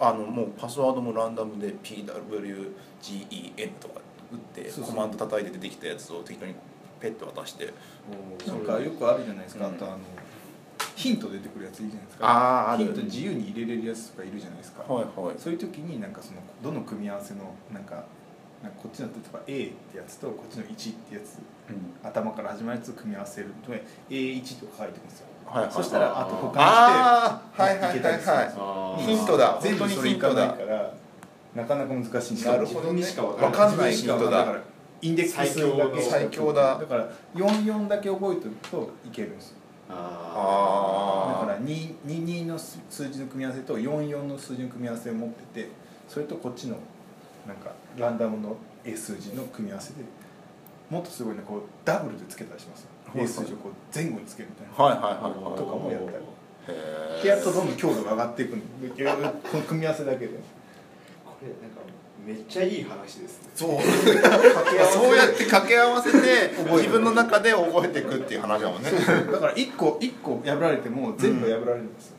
A: あのもうパスワードもランダムで PWGEN とか打って
B: そうそう
A: コマンド叩いて出てきたやつを適当にペッて渡して
B: なんかよくあるじゃないですか、
A: うん
B: あとあのヒント出てくるやついいじゃないですか
A: あ
B: ヒント自由に入れれるやつとかいるじゃないですか、
A: はいはい
B: そういう時になんかそのどの組み合わせのなんかなんかこっちの例えば A ってやつとこっちの1ってやつ
A: うん
B: 頭から始まるやつを組み合わせると A1 とか書いてますよ
A: はいはい
B: そしたらあと保管
A: あーはいはいはいは
C: あ
A: ー
B: して
A: ヒントだ
B: 全部
A: 本当
B: そ
A: に
B: れ
A: ヒ
B: い
A: ン
B: か
A: ト
B: ない
A: だ
B: からなかなか難しいん
A: い
B: ですよ
A: なるほどね
C: 自分にしかわ
A: わかんないヒント
B: だか
A: だ
B: らインデックスだけ
A: 最強だ
B: だから44だけ覚えておくといけるんですよだ
A: あ
B: から2 2の数字の組み合わせと44の数字の組み合わせを持っててそれとこっちのなんかランダムの A 数字の組み合わせでもっとすごいねこうダブルでつけたりしますよ
A: はい
B: A 数字をこう前後につけるみたいな
A: はいはい
C: あ
A: はい
B: と
A: は
B: かもやったり
A: い
B: でやるとどんどん強度が上がっていくんでこの組み合わせだけで
C: これなんかめっちゃいい話ですね
A: そうそうやって掛け合わせて自分の中で覚えていくっていう話だもんね
B: だから1個1個破られても全部破られるんです
A: う
B: よ、
A: ん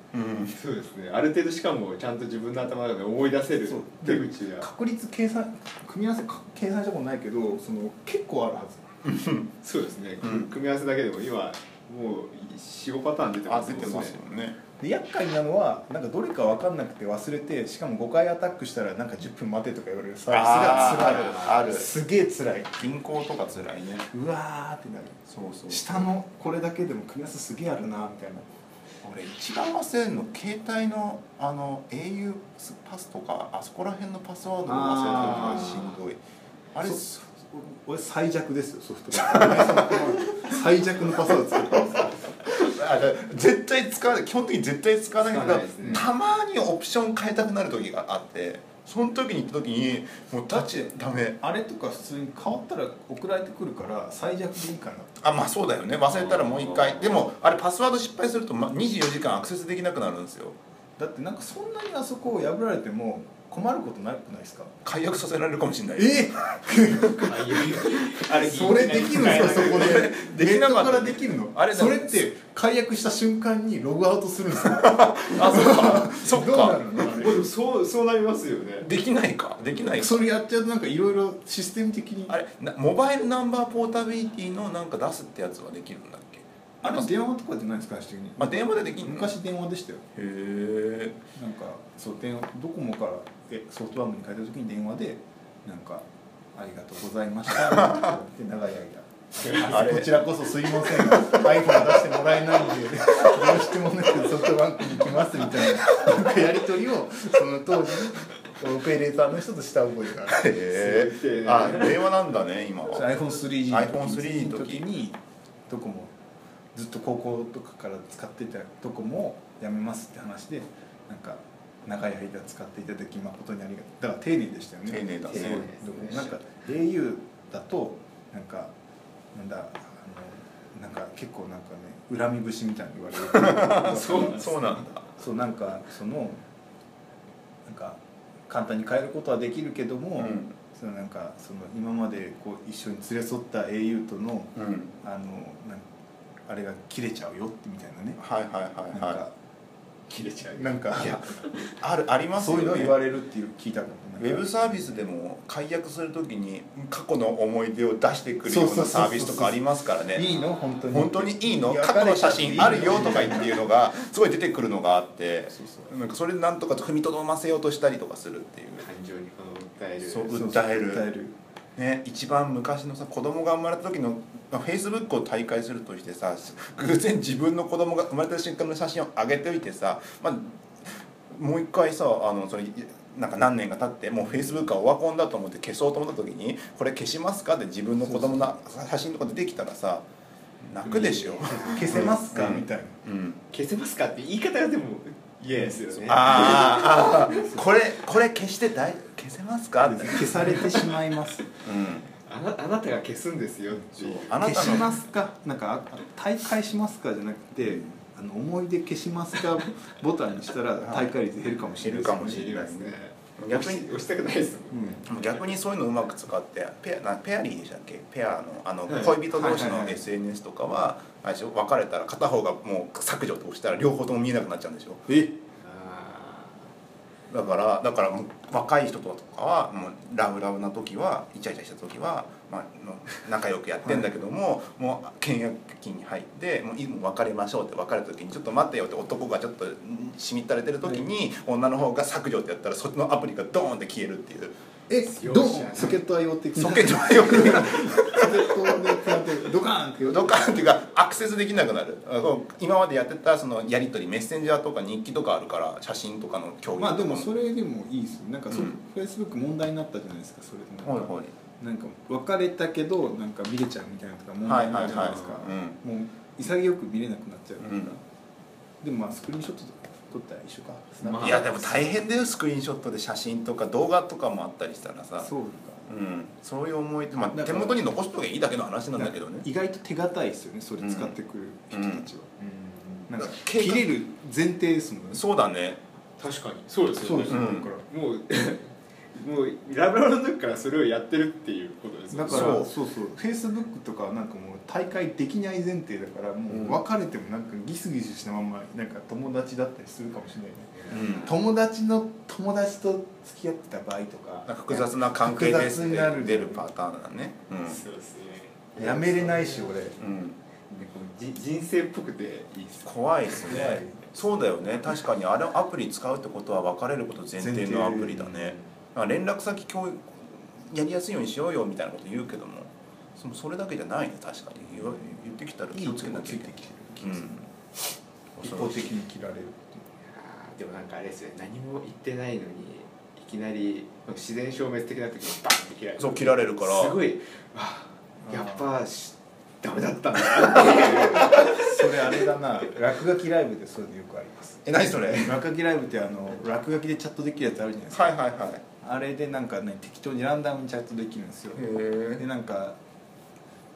C: そうですねある程度しかもちゃんと自分の頭の中で思い出せる
B: そう
C: 手口が
B: 確率計算組み合わせか計算したことないけどその結構あるはず
C: そうですね、
A: うん
C: 組み合わせだけでも今もう45パターン出て
A: あ
C: ます
A: 出てますよね
B: で厄介なのはなんかどれか分かんなくて忘れてしかも5回アタックしたらなんか10分待てとか言われるサービスが辛い
A: あるある
B: すげえ辛い
A: 銀行とか辛いね
B: うわーってなる
A: そうそ
B: 下のこれだけでも組み合わせすげえあるなみたいな
A: 俺一番忘れるの携帯のあの au パスとかあそこら辺のパスワードを忘れてるのがしんどいあれ
B: そ俺最弱ですよソ フトバンク最弱のパスワード作ってます
A: あだから絶対使わない基本的に絶対使わないけど
C: 使わないですね
A: たまにオプション変えたくなる時があってその時に行った時にもうタッチダメ
B: あれとか普通に変わったら送られてくるから最弱でいいかな
A: あまあそうだよね忘れたらもう一
C: あ
A: 回
C: ー
A: でもあれパスワード失敗するとま24時間アクセスできなくなるんですよ
B: だってなんかそんなにあそこを破られても困ることなくないですか
A: 解約させられるかもしれない
B: え
C: あいやいやあ れ
B: それできるんですかそこ
A: で
B: でネ
A: きな
B: ッ
A: か
B: ト
A: った
B: からできるの
A: あれだ
B: それって解約した瞬間にログアウトするんですよ
A: あそっかそっ
B: どうな
A: か
B: るのあ
C: でもそうそうなりますよね
A: できないかできない
B: れ
A: か
B: それやっちゃうとなんかいろいろシステム的に
A: あれなモバイルナンバーポータビリティのなんか出すってやつはできるんだっけ
B: あれ電話とかじゃないですか最終的に
A: あ電話でできんの
B: 昔電話でしたよ
A: へえ
B: なんかそう電話ドコモからえソフトバンクに変えた時に電話でなんか「ありがとうございました」って言って長い間
A: あ
B: あ
A: れ
B: れこちらこそすいません iPhone 出してもらえないんでどうしてもなくソフトバンクに行きますみたいななんかやり取りをその当時オペレーターの人とした覚えがある
A: へえあ電話なんだね今は
B: iPhone3G
A: 3G
B: の時にドコモずっと高校とかから使ってたドコモをやめますって話でなんか長い間使っていただき誠にありがとうだから丁寧でしたよね
A: 丁寧だね
B: すごいドコモなんか au だとなんかなんだあのなんか結構なんかね恨み節みたいに言われる
C: そう
A: そうなんだ
B: そうなんかそのなんか簡単に変えることはできるけども、
A: うん
B: そのなんかその今までこう一緒に連れ添った au との
A: うん
B: あのなんあれが切れちゃうよってみたいなね
A: はいはいはい
B: なん
A: は
B: か
C: 切れちゃう
B: なんか
A: いやいあるあります
B: そ
A: よ
B: ういう
A: ね
B: の言われるっていう聞いたこと
A: ウェブサービスでも解約するときに過去の思い出を出してくるよう
B: そうそ
A: なサ
B: うそうそう
A: ービスとかありますからね
B: いいの本当に
A: 本当にいいの
B: や
A: 過去の写
B: 彼
A: 真
B: ら
A: あ
B: って
A: る
B: いいの
A: よとか言っていうのがすごい出てくるのがあって
B: そうそ
A: なんかそれでなんとか踏みとどませようとしたりとかするっていう
C: 感情にこの訴える
A: そう
B: うそう
A: 訴える
B: 訴える
A: ね、一番昔のさ子供が生まれた時のフェイスブックを大会するとしてさ偶然自分の子供が生まれた瞬間の写真を上げておいてさ、まあ、もう一回さあのそれなんか何年か経ってもうフェイスブックはオワコンだと思って消そうと思った時に「これ消しますか?」って自分の子供の写真とか出てきたらさ泣くでしょ。
B: 消せますか
A: うん
B: みたいな
A: うん
C: 消せますかって言い方がでも嫌ですよね
A: あーあーこれこれ消して大消せますかって、
B: 消されてしまいます
A: うん、
C: あなあなたが消すんですよっていう
A: あなたの
B: 消しますかなんかあ大会しますかじゃなくてあの思い出消しますかボタン にしたら大会率減るかもしれないです
A: 減るかもしれない
C: 言いますね
A: 逆
C: 逆
A: に
C: に押したくないですもん
B: うん
A: 逆にそういうのをうまく使ってペアなペアリーでしたっけペアのあの
C: はい
A: 恋人同士
B: はいはい
A: の
B: はい
A: SNS とかはあれでしょ別れたら片方がもう削除と押したら両方とも見えなくなっちゃうんでしょ
B: え
C: あ
A: だからだからもう若い人とかはもうラブラブな時はイチャイチャした時は、まあ、もう仲良くやってんだけども、もう契約金に入ってもういいもう別れましょうって別れた時にちょっと待ってよって男がちょっとんしみったれてる時に、女の方が削除ってやったらそっちのアプリがドーンって消えるっていう
B: え
C: 容赦
B: ドン
C: ない
B: ソケット IoT 的
A: ソ
B: な
A: ケットがよく
B: ソケットで使ってドカーンって
A: ドカンっていうかアクセスできなくなるあこう今までやってたそのやり取りメッセンジャーとか日記とかあるから写真とかの共有とか
B: まあでも
A: れ
B: それでもいいですねなんかそ、
A: う
B: うんフェイスブック問題になったじゃないですかそれで
A: は
B: ないんか,、
A: はい
B: なんか別れたけどなんか見れちゃうみたいなのとか問題になるじゃないですか、
A: はいはいはい
B: もう潔く見れなくなっちゃうから、
A: うん
B: でもまあスクリーンショット撮ったら一緒か
C: まあ
A: いやでも大変だよスクリーンショットで写真とか動画とかもあったりしたらさ
B: そうか
A: うん、そういう思い出、まあ、
B: だ
A: 手
B: から
A: 元に残しとけばいいだけの話なんだけどね
B: 意外と手堅いですよねそれ使ってくる人たちは、
C: ーうん
B: なんか
A: 計画
B: 切れる前提ですもんね
A: そうだね
C: 確かにそうですよね
A: すよね
B: だから
C: もう もうラブラブの時からそれをやってるっていうことですよ
B: だ
C: ね
B: か
A: そ
B: らそううそうフェイスブックとかはなんかもう大会できない前提だから
A: うん
B: もう別れてもなんかギスギスしたまんまなんか友達だったりするかもしれないね
A: うん
B: 友達の友達と付き合ってた場合とか
A: なんか複雑な関係
B: 複
A: で
B: 雑になる
A: 出るパターンだねうん、
C: そうですね
B: やめれないし俺
A: うん、
C: なんかこうじ人生っぽくていいです
A: 怖いです
B: 怖
A: ね
B: い
A: そうだよね確かにあれアプリ使うってことは別れること前提のアプリだねまあ連絡先共有やりやすいようにしようよみたいなこと言うけどもそそれだけじゃないね確かに言わ言ってきたら気をつけなきゃいけない
B: てき
A: う
B: てる
A: ん
B: 一方的に切られるって
C: あーでもなんかあれですよね何も言ってないのにいきなり自然消滅的な時にバンって切られる
A: そう切られるから
C: すごいあーやっぱしダメだったんだなっていう
B: いうそれあれだな落書きライブでそういうのよくあります
A: え何それはい
B: 落書きライブってあの落書きでチャットできるやつあるじゃないですか、
A: はいはい
B: あれでなんかね適当にランダムにチャットできるんですよで
A: え
B: なんか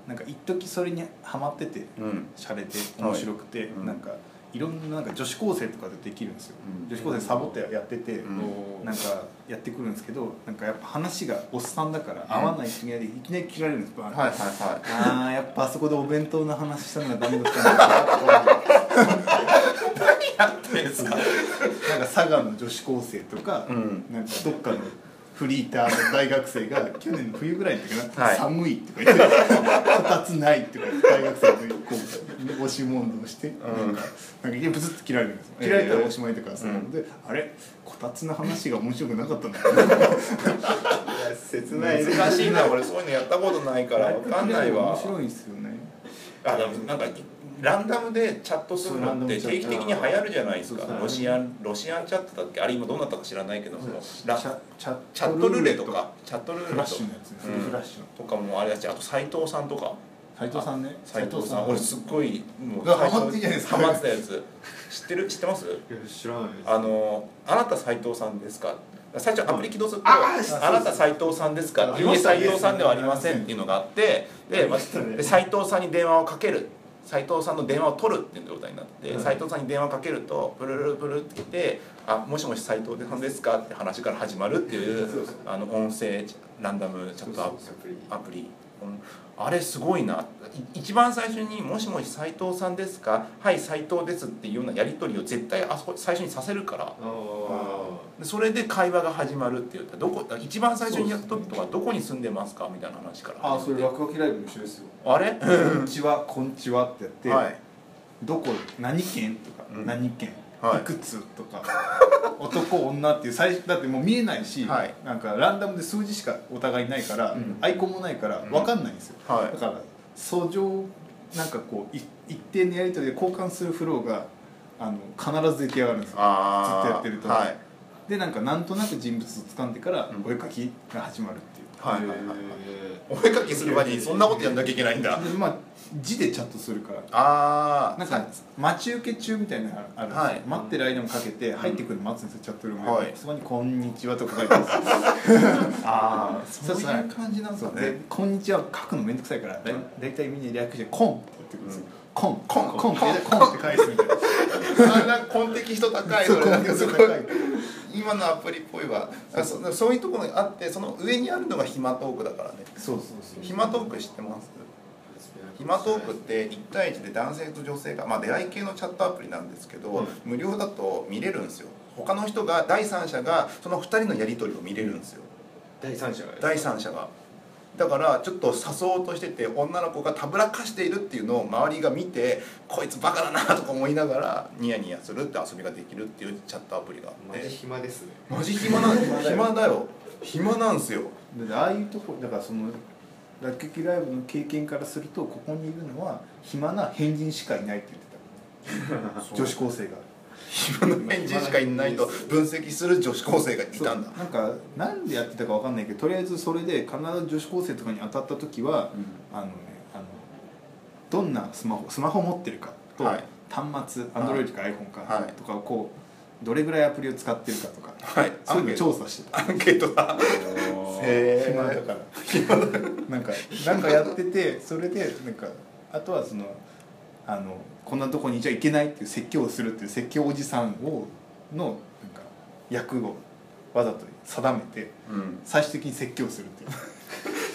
B: なんか一時それにハマってて
A: うん
B: 洒落て
A: はい
B: 面白くて、
A: うん
B: なんかいろんななんか女子高生とかでできるんですよ、
A: うん
B: 女子高生サボってやってて、
A: うん
B: なんかやってくるんですけどなんかやっぱ話がおっさんだから合わない人にいきなり切られるんですバーン、
A: はいはいは
B: あーやっぱあそこでお弁当の話したのがダメだったんだなって
A: いですか
B: なんか佐賀の女子高生とか、
A: うん
B: なんかどっかのフリーターの大学生が去年の冬ぐらいの時かな、
A: はい
B: 寒いとか言ってこたつないとか言って大学生のこう押し問答して、なんかなんかいやブツッと切られるんですよ切られたらおしまいとかそうなので、あれこたつの話が面白くなかったんだけど
C: いや切ないね
A: 難しいな俺そういうのやったことないからわかんないわ
B: 面白いんですよね
A: あでもなんかランダムでチャットする
B: そうラン
A: の
B: ダ
A: って
B: ムチャッ
A: 定
B: ト
A: 期的に流行るじゃないですか
B: そうそう
A: ロシアンロシアンチャットだっけあれ今どうなったか知らないけどもラ
B: チャチャ
A: チャットルーレとかチャットルーレ
B: フラッシュの
A: と
B: やつね、
A: うん
B: フラッシュの
A: とかもあれだしあと斎藤さんとか
B: 斉藤さんね
A: 斉藤さん俺すっごいもう
B: ハマってんじゃないですか
A: ハマってたやつ知ってる知ってます
C: いや知らないです
A: あの「あなた斉藤さんですか?」最初アプリ起動すると「
C: あ
A: あ
B: あ
A: なた斉藤さんですか?」「
B: あり
A: い
B: ま
A: え
B: したね
A: 斉藤さんではありません」っていうのがあってで
C: りましたね
A: で斉藤さんに電話をかける斉藤さんの電話を取るっていう状態になって、
C: はい
A: 斉藤さんに電話かけるとプルルルプルルって来て「あもしもし斉藤さんですか?」って話から始まるっていう
B: そうそう
A: あの音声ランダムチャットアプ
C: アプリ
A: アプリうんあれすごいない一番最初に「もしもし斉藤さんですか?」「はい斉藤です」っていうようなやり取りを絶対あそこ最初にさせるから
C: あー
A: でそれで会話が始まるっていうどこ一番最初にやった時とか「どこに住んでますか?」みたいな話から
B: ああそ
A: 始
B: れ
A: まって
B: 落書きライブも一緒ですよ「
A: あれ
B: こんにちはこんにちは」ってやって、
A: はい
B: どこ何県とか、
A: うん
B: 何県、
A: はい
B: い、くつとか 男女っていう最初だってもう見えないし、
A: はい
B: なんかランダムで数字しかお互いないから、
A: うん
B: アイコンもないから
A: うん
B: 分かんないんですよ、
A: はい
B: だから相乗なんかこうい一定のやり取りで交換するフローがあの必ず出来上がるんですよずっ
A: あー
B: とやってると
A: はい
B: でなんかなんとなく人物を掴んでから
A: うん
B: お絵描きが始まるっていう、
A: はいはいはい
C: え
A: お絵かきする場にそんなことやんなきゃいけないんだ
B: でまあ字でチャットするから
A: あ
B: なんか待ち受け中みたいなのあるんですよ、
A: はい
B: 待ってる間もかけて入ってくるの待つんですよチャットルームで、
A: はい
B: そこに「こんにちは」とか書いてます
A: あ
B: そうそういう感じなんですよ
A: そうね
B: ねでこんにちは」書くのめんどくさいからだいだいたいみんな略して「コン」って言ってくるんですよ「コン」「コン」「コン」コンって返すみたいな
A: そんな根的人高いそれだけどすごい
B: 高い
A: 今のアプリっぽいわあそそういうところにあってその上にあるのが暇トークだからね
B: そうそうそう
A: 暇トーク知ってます
C: ー
A: 暇トークって1対1で男性と女性が、まあ、出会い系のチャットアプリなんですけど、
C: うん
A: 無料だと見れるんですよ他の人が第三者がその2人のやり取りを見れるんですよ
C: 第三者が
A: 第三者がだからちょっと誘おうとしてて女の子がたぶらかしているっていうのを周りが見てこいつバカだなとか思いながらニヤニヤするって遊びができるっていうチャットアプリがあっ
C: マジ
A: て
C: 暇ですね
A: マジ暇なん
B: 暇だよ
A: 暇だよ暇なんすよ
B: だってああいうとこだからその楽曲ライブの経験からするとここにいるのは暇な変人しかいないって言ってた女子高生が
A: 暇の返事しかいないと分析する女子高生がいたんだ
B: そうなんかなんでやってたかわかんないけどとりあえずそれで必ず女子高生とかに当たった時は、あのねあのどんなスマホスマホ持ってるかと、
A: はい
B: 端末 Android か iPhone
A: は
B: か
A: い
B: とかをこうどれぐらいアプリを使ってるかとか、
A: はい
B: そういうの調査してた
A: アンケートだへ
B: 暇だから なんかなんかやっててそれでなんかあとはそのあのこんなとこにいちゃいけないっていう説教をするっていう説教おじさんをのなんか役をわざと定めて
A: うん
B: 最終的に説教するっていう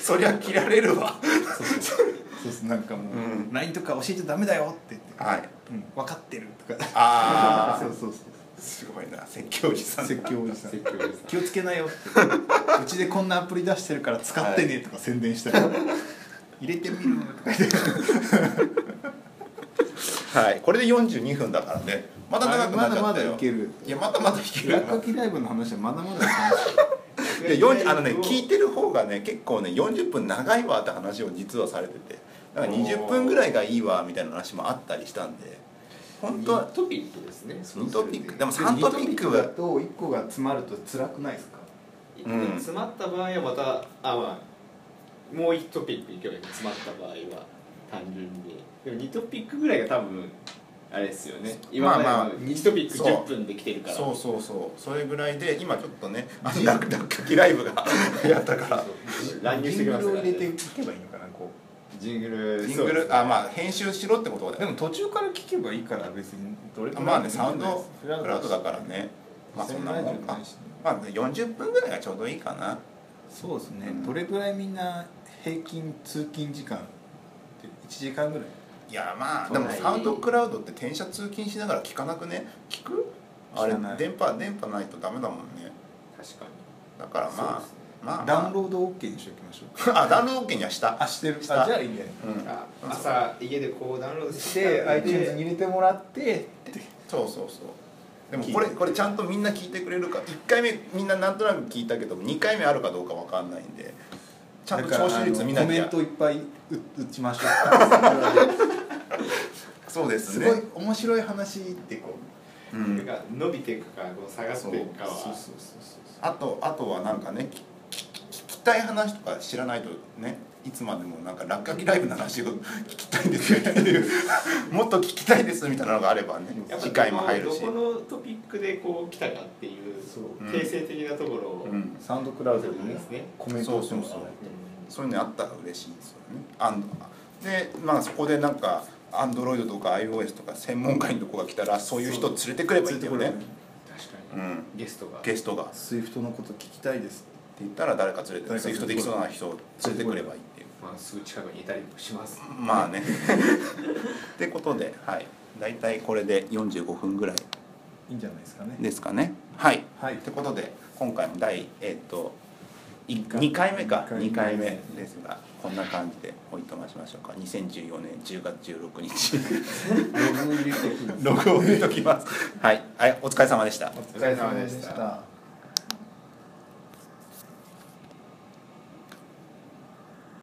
A: そりゃ切られるわ
B: そうそうそうそうなんかも
A: うん
B: う LINE とか教えちゃダメだよって言って、
A: はい
B: うん、分かってるとか
A: あ
B: そう
A: あ
B: そうそ
A: すごいな説教師さ
B: うん説教おじさん
C: 説教です
B: 気をつけなよってうちでこんなアプリ出してるから使ってねとか宣伝したり、入れてみるとか言って
A: はいこれで42分だからねまだ長くなっちゃったよ
B: まだまだいける
A: いやまだまだいける
B: 落書きライブの話はまだまだ
A: で40あのね聞いてる方がね結構ね40分長いわって話を実はされててだから20分ぐらいがいいわみたいな話もあったりしたんで本当は
C: ニトピックですね
A: 2トピックでも
B: 三
A: 3トピックは
B: と1個が詰まると辛くないですか
A: うん
C: 詰まった場合はまたあまあもう1トピックいけばいい詰まった場合は単純にでも2トピックぐらいが多分あれですよね今まで
A: まあまあ
C: の2トピック
A: そう
C: 10分できてるから
A: そうそうそうそれぐらいで今ちょっとねあの楽器ライブがやったから
C: 乱入してきます
B: ジング
C: か
B: ル
C: ら
B: を入れていけばいいのかなこ
C: ジングル
A: ジングルあまあ編集しろってこと
B: う
A: だ
B: で
A: よ
B: も途中から聞けばいいから別にどれ
A: あ
B: くらい
A: まあねサウンドク
B: フラ
A: ラウ
B: ウ
A: ド
B: ド
A: だからねまあそんなもんかまあ40分ぐらいがちょうどいいかな
B: そうですね、
A: うん
B: どれぐらいみんな平均通勤時間って1時間ぐらい
A: いやまあ
C: 都
A: で
C: 内
A: もサウンドクラウドって転車通勤しながら聞かなくね聞くあれ
B: 聞かない
A: 電波電波ないとダメだもんね
C: 確か
A: だからま
C: そうですね
A: あまあ
B: ダウン
A: ロ
B: ロード OK にしておきましょう
A: ード あダウンロード券にはした
B: あしてる
A: した
B: あじゃあいいね
A: うん
C: にあ朝家でこうダウンロード
B: し
C: してて
B: iTunes に入れてもらって
A: そうそうそうでもこれこれちゃんとみんな聞いてくれるか1回目みんななんとなく聞いたけど2回目あるかどうかわかんないんでちゃんと
B: だか
A: 聴
B: ら
A: 取率見
B: あ
A: な
B: のコ
A: き
B: メ
A: ゃ
B: ントいっぱいう打ちましょ
A: そうで
B: う
A: す
B: す
A: ね
B: ごい面白い話ってこ
A: う
C: なん
A: ん、
C: か伸びていくかこう下がっていくか
B: う
C: は
B: そうそうそうそう
A: あとあとはなんかねきき聞きたい話とか知らないとねいつまでもなんか落書きライブの話を 聞きたいんですよっていう もっと聞きたいですみたいなのがあればね
C: やっぱ
A: 次回も入るし
C: どこのトピックでこう来たかっていう
B: そう
C: 定性的なところを、
A: うん、
B: サウンドクラウドで
C: そう
B: ね
C: ですね
B: コメントを
A: そうそうそうそういうのあったら嬉しいですよね。あんでまあそこでなんかアンドロイドとか iOS とか専門家のとこが来たらそういう人連れてくればいいんだよね
C: 確
A: う
C: かに、
A: ん
C: ゲストが
A: ゲストがって
B: スイフトのこと聞きたいです
A: 言ったら誰か連れて
B: 誰か
A: スイ
B: 連
A: フト
B: れて
A: できそうな人を連れてくればいいっていう
C: まあ、すぐ近くにいたりもします
A: まあねってことではい大体これで45分ぐらい
B: いいんじゃないですかね
A: ですかねはい
B: はい
A: ってことで今回も第えっとい
B: 回
A: 2回目か2
B: 二
A: 回
B: 回
A: 目
B: 目
A: ですがこんな感じでおいとましましょうか2014年10月16日
B: ログ入れてきます
A: ログを見ときますはい、はい、お疲れ様でした
B: お
C: 疲れ様でした
B: 疲れ様